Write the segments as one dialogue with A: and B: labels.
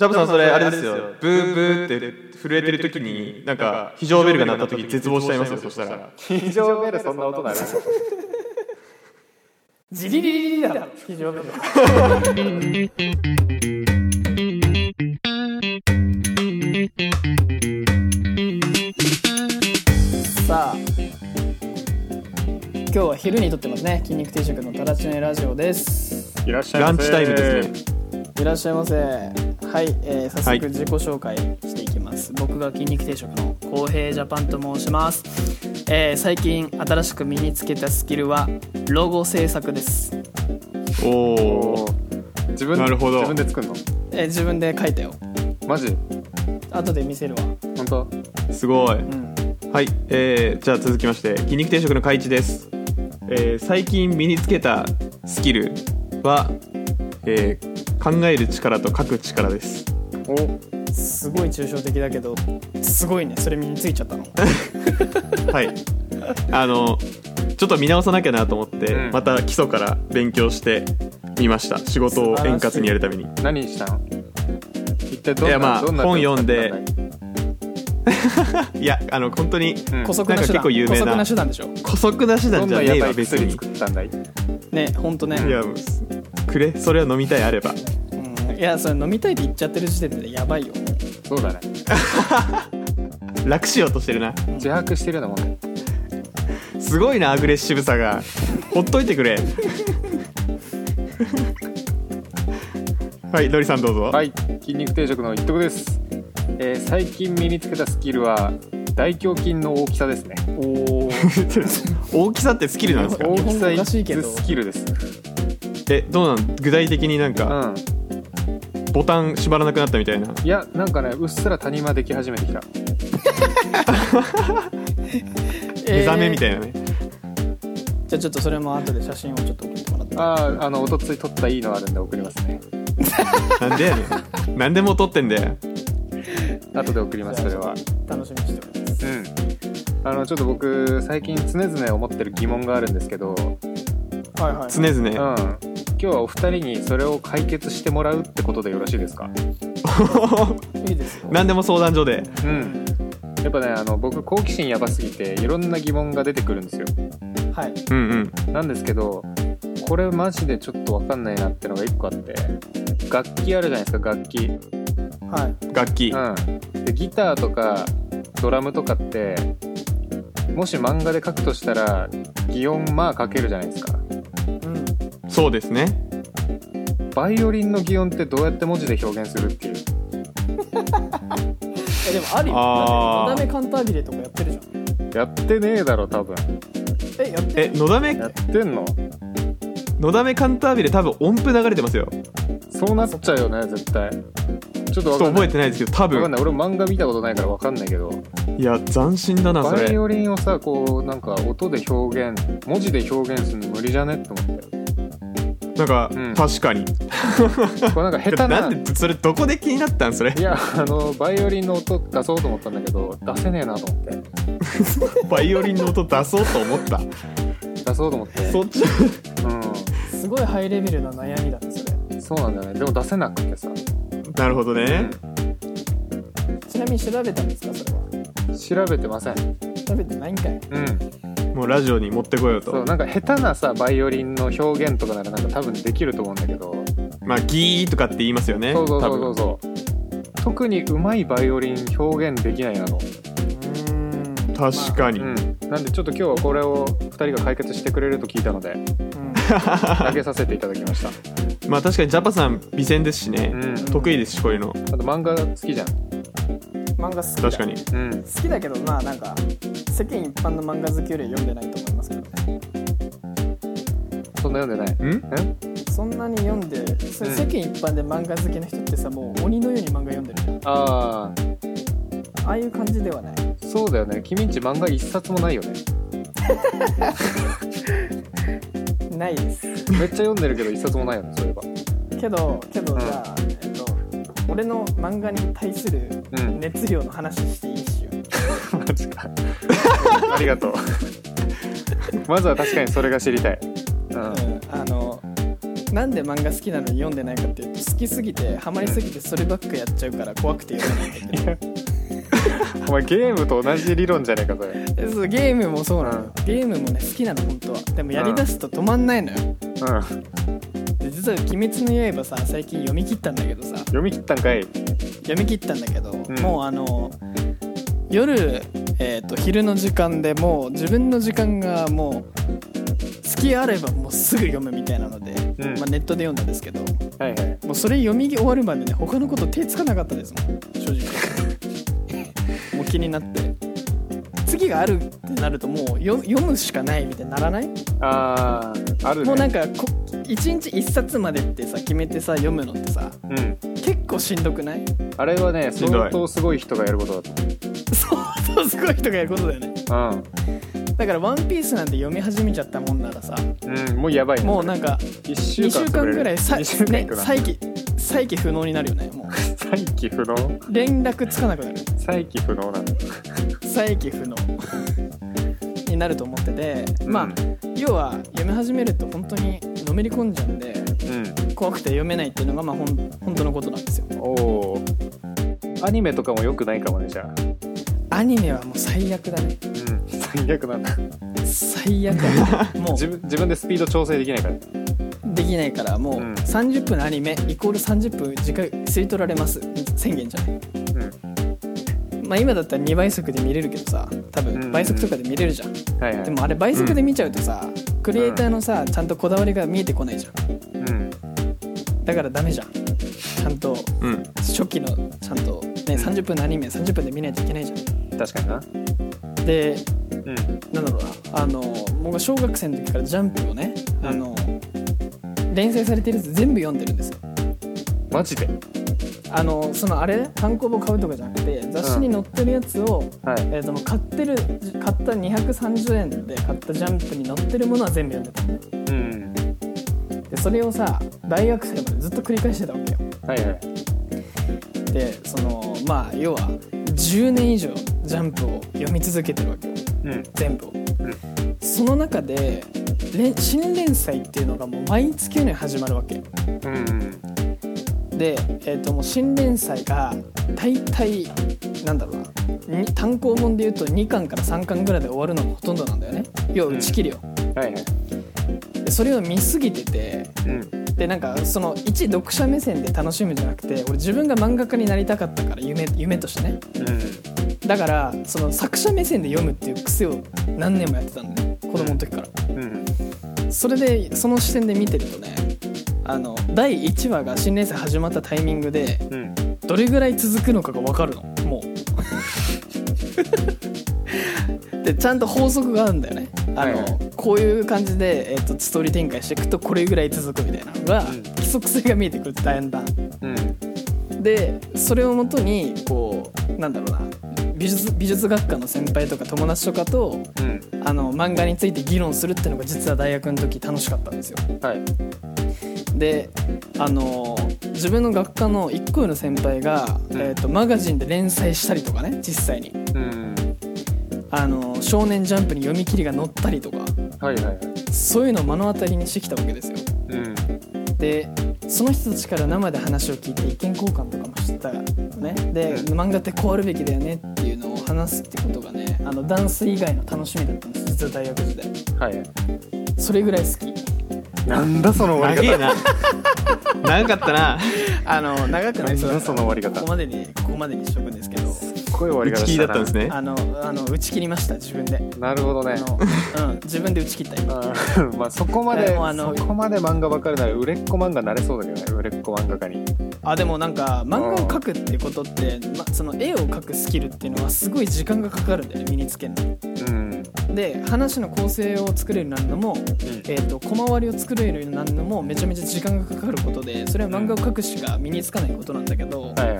A: ジャブさんそれあれですよブーブーって震えてる時になんか非常ベルが鳴った時絶望しちゃいますよそしたら
B: 非常ベルそんな音なる
C: ジリリリリだな非常ベルさあ今日は昼にとってますね筋肉定食のタラチネラジオです
B: いらっしゃい
A: ラ
B: ませ
A: ンチタイムですね
C: いらっしゃいませはい、えー、早
A: はい
C: 速自己紹介していきます、僕が筋肉定食の浩平ジャパンと申します、えー、最近新しく身につけたスキルはロゴ制作です、
A: お
B: お
A: お
B: ー自分
A: なるほど
B: 自分で作るの
C: えー、自分で書いたよ
B: マジ
C: 後で見せるわ
B: 本当
A: すごい
C: うん
A: はい、えー、じゃあ続きまして筋肉定食の海一です、えー、最近身につけたスキルは、えー、考える力と書く力です
B: お
C: すごい抽象的だけどすごいねそれ身についちゃったの
A: はいあのちょっと見直さなきゃなと思って、
B: うん
A: また基礎から勉強してみました仕事を円滑にやるために
B: 何したの一体どん
A: い
B: な
A: やまあ
B: どんな
A: 本読んで
B: どない
A: やあの本当に
B: うん
C: 姑息な手
A: なんか結
C: 段
A: 構有名な
C: 姑息な手段でしょ
A: 姑息な手
B: ど
A: 段
B: ん
A: じ
B: な
A: ゃねえ
B: やば
A: わ
B: い
A: 別
B: 薬
A: に
B: 作ったんだい
C: ねほんとね
A: いやくれそれは飲みたいあれば
C: うんいやそれ飲みたいって言っちゃってる時点でやばいよ
B: そうだね
A: 楽しようとしてるな
B: 自白してるようなもんね
A: すごいなアグレッシブさがほっといてくれはいドリさんどうぞ、
B: はい筋肉定食の一徳です、えー最近身につけたスキルは大胸筋の大きさですね
C: おお
A: 大きさってスキルなんですか
B: 大きさ
C: おかしい
B: 一
C: けど
B: つスキルです
A: えどうなん具体的になん
B: う
A: か
B: ん
A: ボタン縛らなくなったみたいない
B: やなんかねうっすら谷間でき始めてきた
A: 目覚めみた
C: い
A: いなね、
C: じゃあちょっとそれも後で写真をちょっと送ってもらって
B: あーあのおとつい撮ったいいのあるんで送りますね
A: なんでやねん何でも撮ってんだよ
B: 後で送りますそれは
C: 楽しみにしております
B: うんあのちょっと僕最近常々思ってる疑問があるんですけど、うん、
C: はいはい
A: 常 々、
B: 今日はお二人にそれを解決してもらうってことでよろしいですか
C: いいですよ
A: 何でも相談所で
B: うんやっぱねあの僕好奇心やばすぎていろんな疑問が出てくるんですよ
C: はい
A: うんうん
B: なんですけどこれマジでちょっと分かんないなってのが一個あって楽器あるじゃないですか楽器
C: はい
A: 楽器、
B: うん、でギターとかドラムとかってもし漫画で書くとしたら擬音まあ書けるじゃないですか
C: うん
A: そうですね
B: バイオリンの擬音ってどうやって文字で表現するっていう
C: えでもあるよ
A: あー
C: だってのだめカンタービレとかやってるじゃん
B: やってねえだろ多分
C: えやって
A: えのだめ
B: やってんの
A: のだめカンタービレ多分音符流れてますよ
B: そうなっちゃうよね絶対ちょっ
A: ち
B: と
A: ょ
B: わ
A: っと
B: かん
A: 覚
B: な
A: え
B: い
A: てないですけど多
B: わかん
A: 分
B: ない俺漫画見たことないからわかんないけど
A: いや斬新だなそ
B: バイ
A: れ
B: オリンをさこうなんか音で表現文字で表現するの無理じゃねって思ったよ
A: なんか、
B: うん
A: 確かに
B: これなんか下手な
A: なんでそれどこで気になったん それ
B: いやあのバイオリンの音出そうと思ったんだけど出せねえなと思って
A: バイオリンの音出そうと思った
B: 出そうと思って
A: そっち
B: う
C: すごいハイレベルな悩みだねそれ
B: んそうなんだよねでも出せなくてさ
A: なるほどね
C: ちなみに調べたんですかそれは
B: 調べてません
C: 調べてないんかい
B: うん
A: もうラジオに持ってこよう
B: そう
A: と
B: なんか下手なさバイオリンの表現とかならなんか多分できると思うんだけど
A: まあギーとかって言いますよね
B: そうそう
A: 多
B: そうそ
A: 分
B: うそう特にうまいバイオリン表現できないなの
C: うん
A: 確かに、
B: うんなんでちょっと今日はこれを2人が解決してくれると聞いたので投げさせていただきま した
A: まあ確かにジャパさん美戦ですしね、
B: うん
A: 得意ですしこういうの
B: あと漫画好きじゃん
C: 漫画好きだ
A: 確かに
B: うん
C: 好きだけどまあなんか世間一般の漫画好きよりは読んでないと思いますけどね
B: そんな読んでない
A: ん
C: そんなに読んでそれ
B: うん
C: 世間一般で漫画好きな人ってさもう鬼のように漫画読んでるじゃん
B: ああ
C: ああいう感じではない
B: そうだよね君んち漫画1冊もないよね
C: ないです
B: めっちゃ読んでるけど1冊もないよねそういえば
C: けどけど
B: うん
C: じゃあ、えっと俺の漫画に対する
B: うん
C: 熱量の話していいっしょ
B: マジか ありがとうまずは確かにそれが知りたい、うん
C: うんあのなんで漫画好きなのに読んでないかっていうと好きすぎてハマりすぎてそればっかやっちゃうから怖くて読めないんだけど
B: お前ゲームと同じ理論じゃねえかそれ
C: でそうゲームもそうなのよゲームもね好きなの本当はでもやりだすと止まんないのよ
B: うん読
C: で実は「鬼滅の刃さ」最近読み切ったんだけどさ
B: み切ったんかい
C: 読み切ったんだけど、
B: ん
C: もうあの夜、えー、と昼の時間でもう自分の時間がもう隙あればもうすぐ読むみたいなので、
B: うん
C: まあ、ネットで読んだんですけど
B: はいはい
C: もうそれ読み終わるまでね他のこと手つかなかったですもん正直 もう気になって次があるってなるともうよ読むしかないみたいにならない
B: あーあるね
C: もうなんかこ一日一冊までってさ決めてさ読むのってさ
B: うん
C: 結構しんどくない
B: あれはね
A: しんどい
B: 相当すごい人がやることだっ
C: 相当すごい人がやることだよね
B: たうん
C: だから「ワンピースなんて読み始めちゃったもんならさ
B: うん、もうやばいね
C: もうなんか
B: 1
C: 2
B: 週間
C: 週間ぐらいさ、
B: 2週間い
C: ね
B: く、な
C: 再起再起不能になるよねも
B: 再起不能
C: う連絡つかなくなる
B: 再起不能なの
C: 再起不能になると思ってて、ま
B: うん
C: あ要は読み始めると本当にのめり込んじゃうんで怖くて読めないっていうのがまあほん本当のことなんですよ
B: うんおおアニメとかもよくないかもねじゃあ
C: アニメはもう最悪だね
B: うん最悪なんだ
C: 最悪だねも
B: 自分自分でスピード調整できないから
C: うできないからもう
B: うん
C: 30分のアニメイコール30分時間吸い取られます宣言じゃない
B: うん
C: まあ今だったら2倍速で見れるけどさ多
B: うんうん
C: 分倍速とかで見れるじゃん、
B: はいはい
C: でもあれ倍速で見ちゃうとさ、クリエイターのさちゃんとこだわりが見えてこないじゃん
B: うん
C: だからダメじゃんちゃんと
A: うん
C: 初期のちゃんと、ね、30分のアニメ30分で見ないといけないじゃ
B: 確かになん
C: で
B: うん
C: なんだろうなあの僕は小学生の時から「ジャンプ」をね、あの連載されてるやつ全部読んでるんですよ
B: マジで
C: あのそのあれ単行本買うとかじゃなくて雑誌に載ってるやつを、
B: はい
C: えー、と買ってる買った230円で買ったジャンプに載ってるものは全部読んで
B: うん
C: たでそれをさ大学生までずっと繰り返してたわけよ
B: はいはい
C: でそのまあ要は10年以上ジャンプを読み続けてるわけよ
B: うん
C: 全部を、
B: ん
C: その中で連新連載っていうのがもう毎月のように始まるわけ
B: うん
C: で、えー、ともう新連載が大体なんだろうなに単行本でいうと2巻から3巻ぐらいで終わるのがほとんどなんだよね要は打ち切りを、
B: はいはい
C: でそれを見すぎてて
B: うん
C: でなんかその一読者目線で楽しむんじゃなくて俺自分が漫画家になりたかったから夢夢としてね
B: う
C: だからその作者目線で読むっていう癖を何年もやってたのね子供の時から、
B: んうん
C: それでその視点で見てるとねあの第1話が新連載始まったタイミングで
B: うん
C: どれぐらい続くのかが分かるのもう でちゃんと法則があるんだよねあの、
B: はいはい
C: こういう感じで、えっとストーリー展開していくとこれぐらい続くみたいなのが、
B: うん
C: 規則性が見えてくるってだんだん
B: うん
C: でそれをもとにこうなんだろうな美術美術学科の先輩とか友達とかと
B: う
C: あの漫画について議論するっていうのが実は大学の時楽しかったんですよ
B: んはい
C: であの自分の学科の1個上の先輩が、
B: うん
C: えー、とマガジンで連載したりとかね実際に
B: うん
C: あの「少年ジャンプ」に読み切りが載ったりとか
B: はいはいはい
C: そういうのを目の当たりにしてきたわけですよ
B: うん
C: でその人たちから生で話を聞いて意見交換とかもしてたのねで、
B: うん
C: 漫画ってこうあるべきだよねっていうのを話すってことがねあのダンス以外の楽しみだったんです実は大学時代
B: はい
C: それぐらい好き
B: なんだその終わ
A: 長
B: り
A: え
B: 方
A: な長かったな
C: あの長 くないです
B: なんだその終わり方
C: ここまでにここまでにしとくんですけど
B: すっごい終わり
A: 打
B: 方
A: ち切りだったんですね
C: あのあの打ち切りました自分で、
B: なるほどね
C: あのうん自分で打ち切った今
B: うん まあそこま
C: い
B: で
C: やもうあの
B: そこまで漫画ばっかりなら売れっ子漫画になれそうだけどね売れっ子漫画家に
C: あでもなんか漫画を描くっていうことって、ま、その絵を描くスキルっていうのはすごい時間がかかるんだよね身につけるの
B: うん
C: で話の構成を作れるようになるのも、えー、と小回りを作れるようになるのもめちゃめちゃ時間がかかることでそれは漫画を描くしか身につかないことなんだけど、
B: はいはい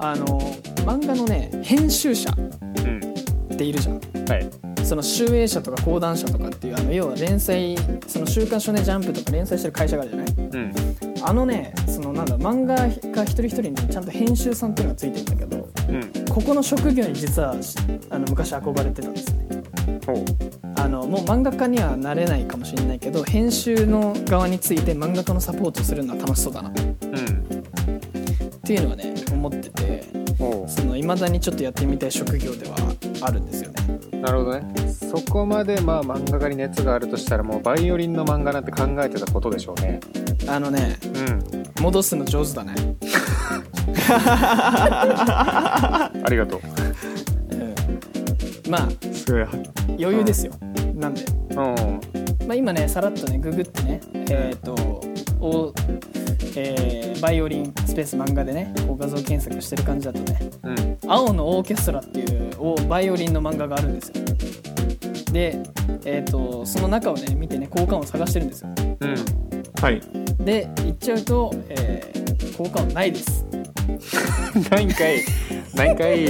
C: あの漫画のね編集者
B: うん
C: っているじゃん
B: はい
C: その集英社とか講談社とかっていうあの要は連載その「週刊少年ジャンプ」とか連載してる会社があるじゃない
B: うん
C: あのねそのなんだ漫画家一人一人にちゃんと編集さんっていうのがついてるんだけど
B: うん
C: ここの職業に実はあの昔憧れてたんですね
B: ほう
C: あのもう漫画家にはなれないかもしれないけど編集の側について漫画家のサポートするのは楽しそうだなっ
B: うん
C: ていうのはね思ってて
B: ほ
C: その未だにちょっとやってみたい職業ではあるんですよね
B: うなるほどねそこまでまあ漫画家に熱があるとしたらもうバイオリンの漫画なんて考えてたことでしょうね
C: あのね
B: う
C: 戻すの上手だね、
B: んありがとう
C: うん、まあ
A: すごい
C: 余裕ですよなんで、
B: うん
C: まあ、今ねさらっとねググってねえっ、とおえーバイオリンスペース漫画でねこう画像検索してる感じだとね
B: うん
C: 「青のオーケストラ」っていうおバイオリンの漫画があるんですよで、えー、とその中をね見てね効果音を探してるんですよ
B: うん
A: はい
C: で言っちゃうと、えー効果音ないです
B: ないんかいないんかい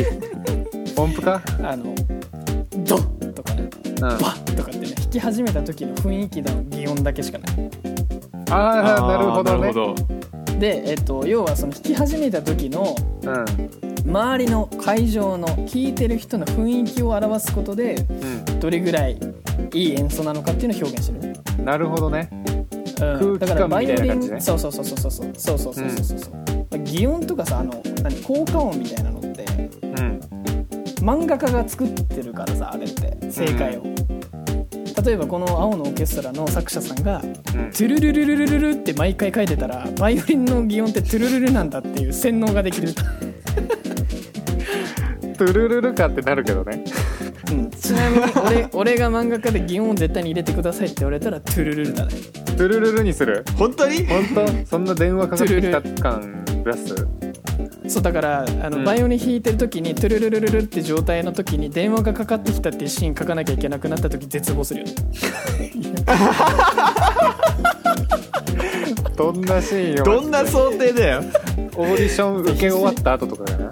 B: 音符か
C: あの「ドッ」とかね
B: うん
C: 「バッ」とかってね弾き始めた時の雰囲気の擬音だけしかない
B: ああ なるほど
A: あーな
B: ね
A: るほど
C: で、えー、と要はその弾き始めた時の周りの会場の聴いてる人の雰囲気を表すことで
B: うん
C: どれぐらいいい演奏なのかっていうのを表現してるね
B: うんなるほどね
C: うんだ
B: 空気感
C: から
B: みた
C: バ
B: い
C: イオ
B: な
C: リ
B: 感
C: ン
B: じね
C: そうそうそうそうそうそうそうそうそうそうそう、擬音とかさあの何効果音みたいなのって
B: うん
C: 漫画家が作ってるからさあれって正解を、例えばこの「青のオーケストラ」の作者さんが「
B: うん
C: トゥルルルルルルル」って毎回書いてたらバイオリンの擬音って「トゥルルル」なんだっていう洗脳ができる、
B: トゥルルルかってなるけどね
C: うん、ちなみに俺 俺が漫画家で擬音を絶対に入れてくださいって言われたら「トゥルルル」だね
B: トゥルルルにする
A: 本当に
B: 本当そんな電話かかってきた感出す
C: そうだからあの、
B: うん
C: バイオリン弾いてる時にトゥルルルルルって状態の時に電話がかかってきたっていうシーン書かなきゃいけなくなった時絶望するよね
B: どんなシーンよ
A: どんな想定だよ
B: オーディション受け終わった後とかだな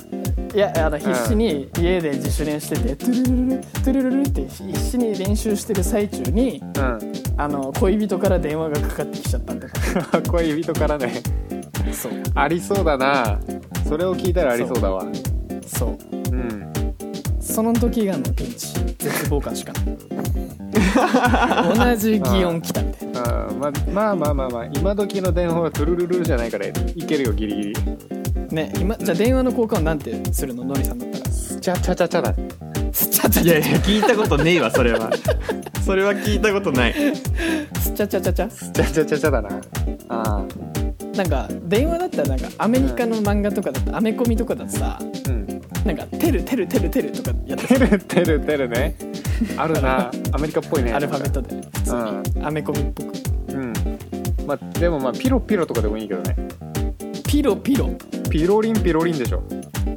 B: い
C: やあの必死に家で自主練してて、トゥルルルルトゥルルルルって必死に練習してる最中に
B: う
C: あの恋人から電話がかかってきちゃったんだか
B: ん恋人からね
C: らそう
B: ありそうだなそれを聞いたらありそうだわ
C: そう
B: うん
C: その時がもうピンチ絶望感しか ない同じ擬音来たみたいな
B: あーままあまあまあまあ今時の電話はトゥルルルルじゃないからいけるよギリギリ
C: ね今じゃあ電話の効果音なんてするののりさんだったら
B: チャチャチャチャだ
C: スチャチャ
A: い
C: チ
A: や
C: ャ
A: いや聞いたことねえわそれは それは聞いたことない
C: スチャチャチャチャ
B: チャチャチャチャだなあー
C: なんか電話だったらなんかアメリカの漫画とかだとアメコミとかだとさ
B: うん
C: なんか「テルテルテルテル」とか やって
B: てるてるてるねあるなアメリカっぽいね
C: アルファベットで普通にアメコミっぽく
B: うんまあでもまあピロピロとかでもいいけどね
C: ピロピロ
B: ピロリンピロリンでしょ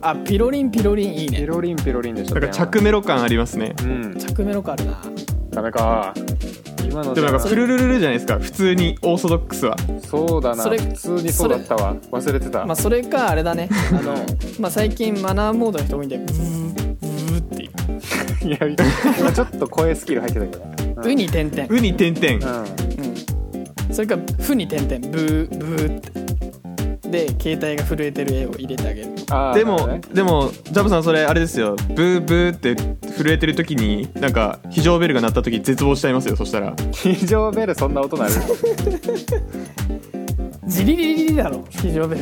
C: あピロリンピロリンいい
B: ピ
C: ね
B: ロリンピロリンでしょ
A: なんか着メロ感ありますね
B: うん
C: 着メロ感あるな
B: ダメか今の
A: でもなんか
B: そ
A: フルルルルじゃないですか普通にオーソドックスは
B: そうだな
C: それ
B: 普通にそうだったわ忘れてた、
C: まあそれかあれだねあの、まあ、最近マナーモードの人多いんでブーブーっていう
B: いや今ちょっと声スキル入ってたけどね
C: 「う」に点々
A: ウニ点々
B: う
C: うんそれか「ふ」に点々ブーブーってで携帯が震えてる絵を入れてあげる
B: んあー
A: で
B: なるほど
A: も
B: ね
A: でもジャブさんそれあれですよブーブーって震えてる時になんか非常ベルが鳴った時絶望しちゃいますよそしたら
B: 非常ベルそんな音 鳴る
C: ジリリリリだろ非常ベ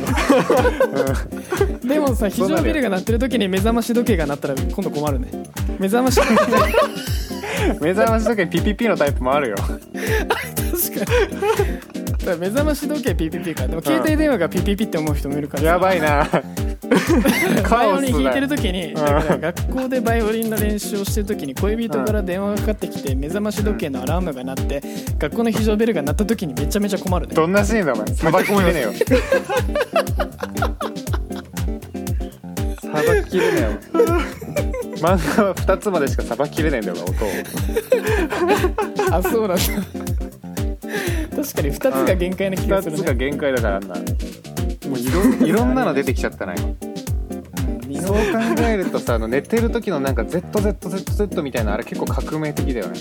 C: ルでもさ非
B: そうなるよ
C: 常ベルが鳴ってる時に目覚まし時計が鳴ったら今度困るね目覚まし時計
B: 目覚まし時計ピピピのタイプもあるよ
C: 確かにだから目覚まし時計ピピピかでも携帯電話がピピピって思う人もいるからさ
B: やばいな
C: バ
B: カ
C: イオ
B: オ
C: リン
B: ス
C: 弾い
B: だ
C: てる
B: よ
C: 時にだから学校でバイオリンの練習をしてる時に恋人から電話がかかってきて目覚まし時計のアラームが鳴って学校の非常ベルが鳴った時にめちゃめちゃ 困るね
B: どんなシーンだお前さばききれねえよ さばききれ ねえよ漫画は2つまでしかさばききれないんだよな音を
C: あそうなんだ 確かに2つが限界な気がす
B: 2
C: る
B: つが
C: ね
B: 限界だからあんなもういろいろんなの出てきちゃったな今
C: うん二
B: そう
C: の
B: 考えるとさあの寝てる時のなんか ZZZZ みたいなあれ結構革命的だよね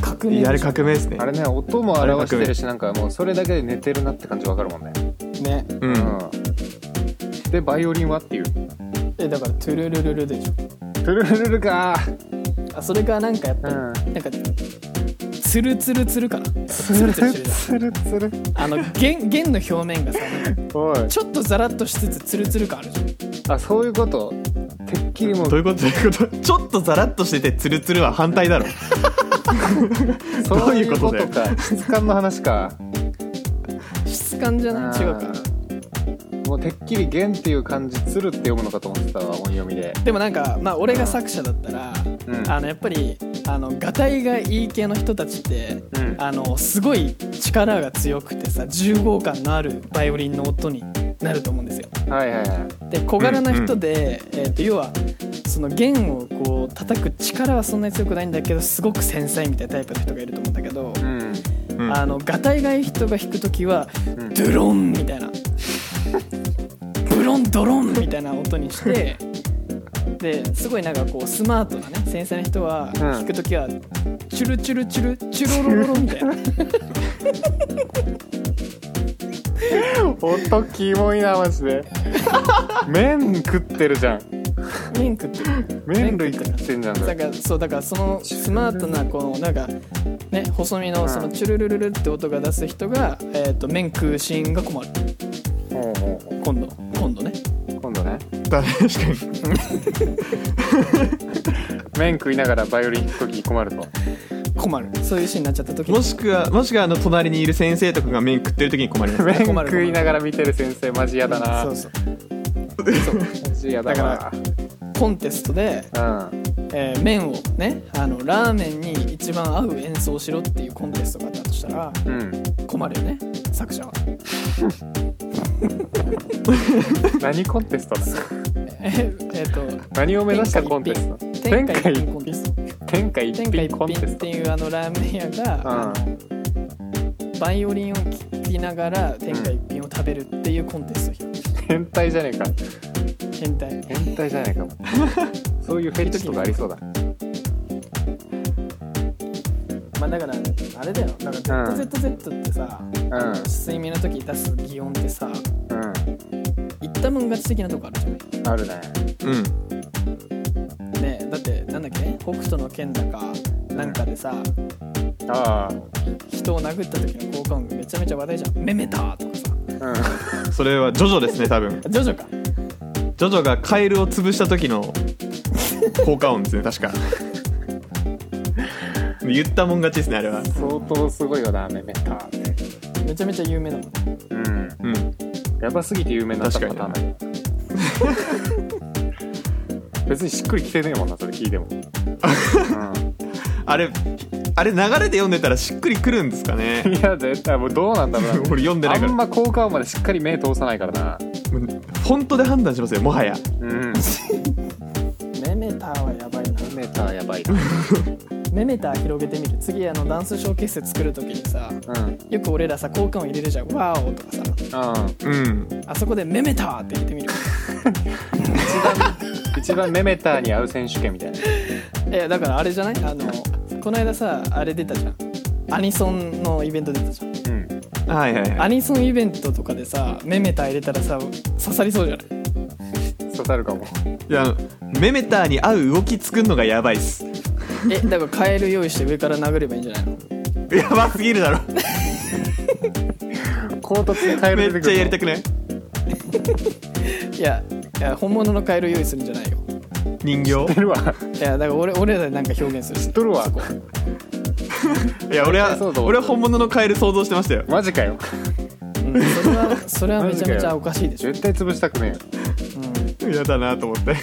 C: 革
A: い
C: 命
A: やあれ
C: でしょ
A: 革命ですね
B: あれね音も表してるしなんかもうそれだけで寝てるなって感じわかるもんね
C: ね
A: う
B: うんんでバイオリンはっていう
C: えだからトゥルルルルでしょ
B: トゥルルルルか
C: かそれがなんかやっぱり、
B: うん
C: なんかツルツルツルかなツルツルしてるじゃん
B: つるつる
C: あの弦弦の表面がさなんか
B: おい
C: ちょっとザラッとしつつツルツル感あるじゃん
B: あそういうことてっきりも
A: どういううことどういうことちょっとザラッとしててツルツルは反対だろ
B: そういうこ
A: どうい
B: と
A: うこ
B: か質感の話か
C: 質感じゃない違うか
B: もうてっきり「弦」っていう漢字「つる」って読むのかと思ってたわ音読みで
C: でもなんかまあ俺が作者だったら、
B: うん
C: あのやっぱりあのガタイがいい系の人たちって
B: うん
C: あのすごい力が強くてさ重厚感のあるバイオリンの音になると思うんですよ
B: はいはいはい
C: で小柄な人で、えー、と要はその弦をこう叩く力はそんなに強くないんだけどすごく繊細みたいなタイプの人がいると思うんだけど、
B: うん
A: うん
C: あのガタイがいい人が弾く時は
B: うん
C: ドゥロンみたいなブロンドロンみたいな音に してですごいなんかこうスマートなね繊細な人は弾く時はチュルチュルチュルチュロロロロみた いな
B: 音キモいなマジ で麺食ってるじゃん
C: メンクって
B: 麺類食ってんじゃんそ
C: だ
B: れ
C: からそうだからそのスマートなこのなんかね細身のそのチュルルルルって音が出す人が、えー、と面食うシーンが困る
B: ほうほうほ
C: 今度今度ね
B: う今度ね
A: 確かに
B: 麺食いながらバイオリン弾く時困ると
C: 困るそういうシーンになっちゃった 時に
A: もしくはもしくはあの隣にいる先生とかが麺食ってる時に困ります
B: 麺
C: 困る
B: 食いながら見てる先生マジやだな
C: そうそう
B: マジやだ
C: だコンテストで、
B: なうん
C: えー麺をねあのラーメンに一番合う演奏をしろっていうコンテストがあったとしたら
B: うん
C: 困るよね作者は
B: 何コンテストだ
C: えーえーと
B: 何を目指したコンテスト天
C: 天下
B: 下
C: 一
B: 一
C: 品コンテスト
B: 天下一
C: 天下
B: 品
C: 一
B: コンテ
C: 品っ
B: スト
C: ていうあのラーメン屋が、
B: うん
C: あのバイオリンを聴きながら天下一品を食べるっていうコンテスト、
B: 変態じゃねえか
C: 変態
B: 変態じゃねえ かもそういうフェチとかありそうだ
C: まあだからあれだよだから ZZZ ってさ、
B: うん
C: 睡眠の時に出す擬音ってさ
B: う
C: 言ったもん勝ち的なとこあるじゃない
B: んあるね
A: うん
C: ねえだってなんだっけ北斗の剣だかなんかでさ、
B: ああ
C: 人を殴った時の効果音がめちゃめちゃ話題じゃん「めめた!」とかさ
B: う
A: それはジョジョですね多分
C: ジョジョか
A: ジョジョがカエルを潰した時 の効果音ですね確か言ったもん勝ちですねあれは
B: ん相当すごいよなメメターって
C: めちゃめちゃ有名だもんね
B: うん
A: うん
B: やばすぎて有名になったパターンだけど 別にしっくりきてねえもんなそれ聞いても、う
A: あれあれ流れで読んでたらしっくりくるんですか
B: ん、
A: ね
B: いや絶対もうどうなんだろうな
A: 俺読んでない
B: あ
A: から
B: んま効果音までしっかり目通さないからな
A: もうフォントで判断しますよもはや
B: うん
C: 「めめた」はやばいな
B: メターやばい
C: 「めめた」広げてみる次あのダンスショーケース作る時にさ
B: うん
C: よく俺らさ効果音入れるじゃん「ワーオ」とかさ
B: あ
A: うん
C: あそこで「めめた」って言ってみる
B: 一番メメターに合う選手権みたいな
C: えだからあれじゃないあのこの間さあれ出たじゃんアニソンのイベント出たじゃん
B: うん
A: はいはいは
C: ア
A: い
C: ニソンイベントとかでさ「めめた」入れたらさ刺さりそうじゃない
B: 刺さるかも
A: いやメメターに合う動き作るのがやばいっす
C: えだからカエル用意して上から殴ればいいんじゃないの
A: やばすぎるだ ろ
B: 唐突に変え
A: め
B: る
A: っちゃやりた
B: く
A: くない
C: いやいや本物のカエル用意するんじゃないよ
A: 人形
B: るわ
C: いやだから俺俺らでなんか表現する
B: 知っとるわ
C: そこ
A: いや俺は
B: そうそう
A: 俺は本物のカエル想像してましたよ
B: マジかよ
C: うん、それはそれはめちゃめちゃおかしいでしょ、
B: 絶対潰したくねえよ
A: 嫌だなと思って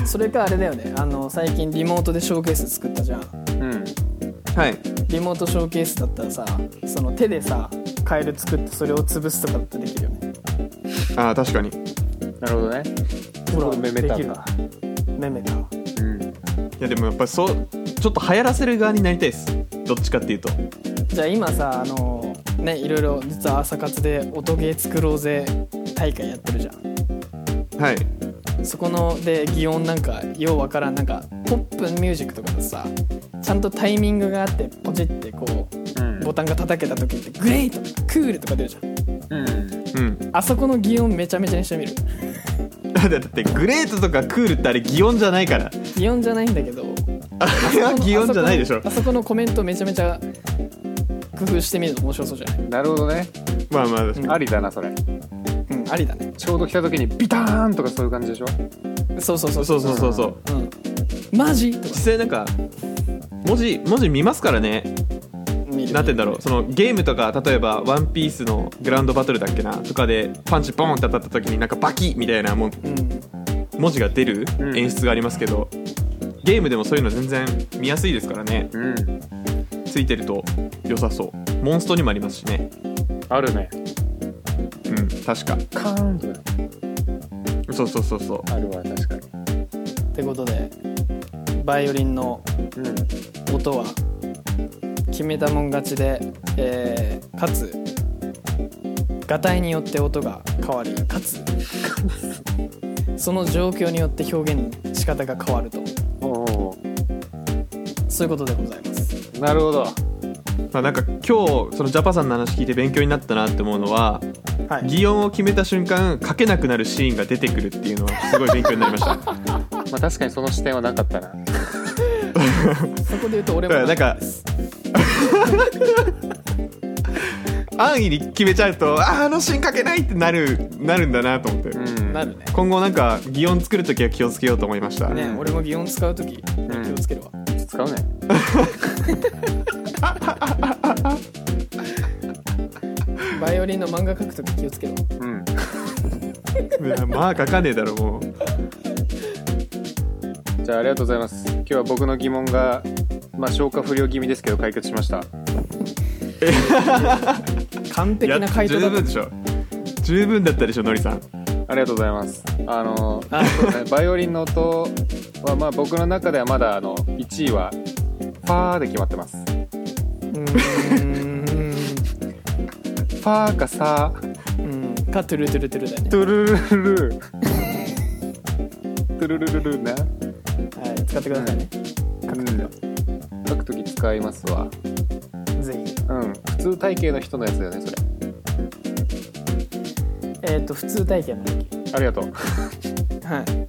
C: うん、それかあれだよねあの最近リモートでショーケース作ったじゃん
B: うん
A: はい
C: リモートショーケースだったらさその手でさカエル作ってそれを潰すとかだってできるよね
A: ああ確かに
B: なるほどね
C: ほら
B: これメメタ
C: でき
B: ー
C: る
B: だ
C: めめた
B: うん
A: いやでもやっぱりそうちょっと流行らせる側になりたいですどっちかっていうと
C: じゃあ今さあのねいろいろ実は朝活で音ゲー作ろうぜ大会やってるじゃん
A: はい
C: そこので擬音なんかようわからんなんかポップミュージックとかだとさちゃんとタイミングがあってポチってこ
B: う
C: うんボタンが叩けた時ってグレートとかクールとか出るじゃん
B: うん
A: うん
C: あそこの擬音めちゃめちゃにしてみる
A: だってだってグレートとかクールってあれ擬音じゃないから
C: 擬音じゃないんだけど
A: れは擬音じゃないでしょ
C: あそこのあそこのコメントめちゃめちゃ工夫してみると面白そうじゃない
B: なるほどね
A: まあまあ確かに
B: ありだなそれ
C: うんありだね
B: ちょうど来た時にビターンとかそういう感じでしょ
C: そうそうそう
A: そうそうそうそう
C: うんマジとか
A: 実際なんか文字文字見ますからね
C: 見る
A: なんて言うんだろうそのゲームとか例えば「ワンピースのグランドバトルだっけなとかでパンチボーンって当たった時になんかバキッみたいなもう
C: うん
A: 文字が出る
B: うん
A: 演出がありますけど、ゲームでもそういうの全然見やすいですからね
B: うん
A: ついてると良さそうモンストにもありますしね
B: あるね
A: うん確か
B: カーンとか
A: そうそうそうそう
B: あるわ確かに
C: ってことでバイオリンの
B: うん
C: 音は決めたもん勝ちで、えーかつがたいによって音が変わりかつその状況によって表現仕方が変わると
B: おお
C: そういうことでございます
B: なるほど
A: まあ、なんか今日そのジャパさんの話聞いて勉強になったなって思うのは
C: はい
A: 擬音を決めた瞬間書けなくなるシーンが出てくるっていうのはすごい勉強になりましただ か
B: まあ確かにその視点はなかったな
C: そこで言うと俺
A: ら
C: も
A: なんか安易に決めちゃうとあーあのシーン書けないってなるなるんだなと思って、
B: うん
C: なるね
A: 今後なんか擬音作る時は気をつけようと思いました、
C: ね俺も擬音使う時
B: ん
C: 気をつけるわ、
B: 使うね
C: バイオリンの漫画描く時気をつけるわ
B: うん
A: いやまあ書かねえだろもう
B: じゃあありがとうございます今日は僕の疑問がまあ消化不良気味ですけど解決しました
C: 完璧な回答
A: いや十
C: だ
A: 分
C: と
A: でしょ十分だったでしょのりさん
B: ありがとうございますあの
C: あ
B: そうねバイオリンの音はまあ僕の中ではまだあの1位はファーで決まってますフ
C: うー
B: ァーかサー
C: んうんかトゥルトゥルトゥルだよね
B: トゥルルルルトゥルルルルね
C: はい使ってくださいね
B: うん書くとき使いますわ
C: ぜひ
B: うん普通体型の人のやつだよねそれ
C: えっ、と普通体験の時
B: ありがとう
C: はい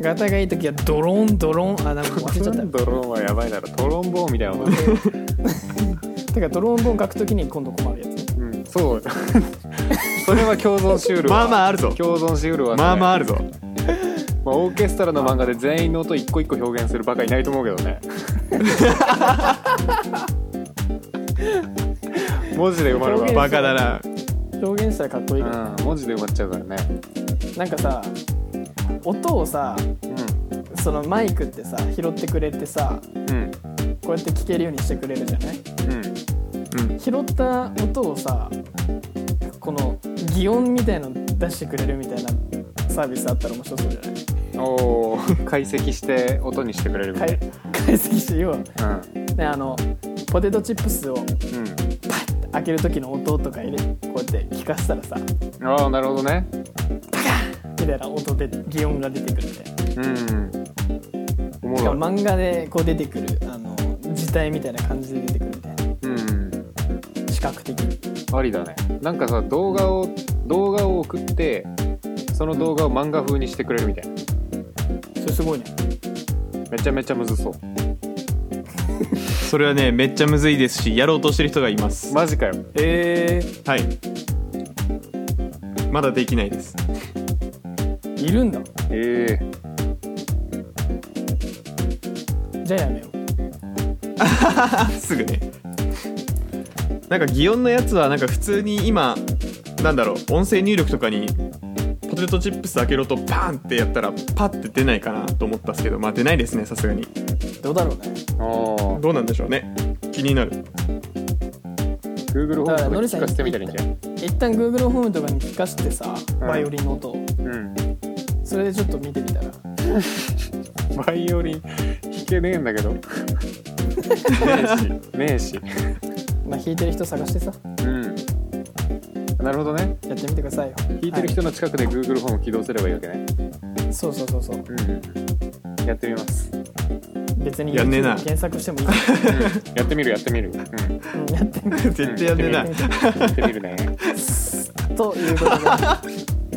C: ガタがいい時はドロンドロンあなんか忘れちゃった
B: ドローンはやばいだろトロンボーンみたいなもんだ
C: てかドロンボーン書く時に今度困るやつね
B: うんそう それは共存しうるわ
A: まあまああるぞ
B: 共存しうるわそれ
A: まあまああるぞ
B: まあオーケストラの漫画で全員の音一個一個表現するバカいないと思うけど ね文字で埋まるわ、
C: 表現
A: バカだな
C: 表現したらかっこいいから、
B: うん、文字で埋まっちゃうからね
C: なんかさ音をさそのマイクってさ拾ってくれてさ
B: うんうん
C: こうやって聞けるようにしてくれるじゃない
B: うん
A: うん
C: 拾った音をさこの擬音みたいの出してくれるみたいなサービスあったら面白そうじゃない
B: お ー解析して音にしてくれるみたい
C: 解解析して要は、ね、
B: な、
C: あのポテトチップスを
B: うん
C: 開ける時の音とか入れこうやって聞かせたらさ
B: うんああなるほどね
C: みたいな音で擬音が出てくるみたいな
B: うんおも
C: しか
B: ろい
C: も漫画でこう出てくるあの字体みたいな感じで出てくるみたいな
B: うん
C: 視覚的に
B: ありだねなんかさ動画を動画を送ってその動画を漫画風にしてくれるみたいな
C: それすごいね
B: めちゃめちゃむずそう
A: それはねめっちゃむずいですしやろうとしてる人がいます
B: マジかよ
C: ええ
A: はいまだできないです
C: いるんだ
B: ええ
C: じゃあやめよう
A: すぐねなんか擬音のやつはなんか普通に今なんだろう音声入力とかにポテトチップス開けろとパーンってやったらパッて出ないかなと思ったんですけどまあ出ないですねさすがに
C: どうだろうね
B: ああ
A: どうなんでしょうね気になる
B: Google ホ
C: だか
B: ー
C: ら
B: ムとか
C: ノリさ
B: 聞
C: ん
B: かせてみたらいいんじゃん
C: 一旦 Google ホームとかに聞かせてさ
B: ん
C: バイオリンの音を
B: うん
C: それでちょっと見てみたら
B: バイオリン弾けねえんだけどねえしね
C: まあ弾いてる人探してさ
B: えしうんなるほどね
C: やってみてくださいよ
B: 弾いてる人の近くで Google ホーム起動すればいいわけね、
C: はいそうそうそうそう
B: うんやってみます、
C: 別に
A: やんねえ
C: YouTube
A: な
C: で検索してもいい、
B: やってみるやってみる、うん
C: うん、やってみて
A: 絶対やんねえな
B: やってみるね
C: ということで、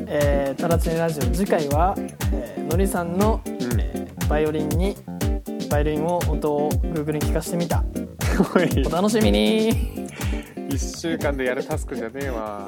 C: えー、タラチネラジオ次回は、えーのりさんの、
B: うん
C: えーバイオリンにバイオリンを音を Google に聞かせてみた
B: おい
C: お楽しみに
B: 1週間でやるタスクじゃねえわ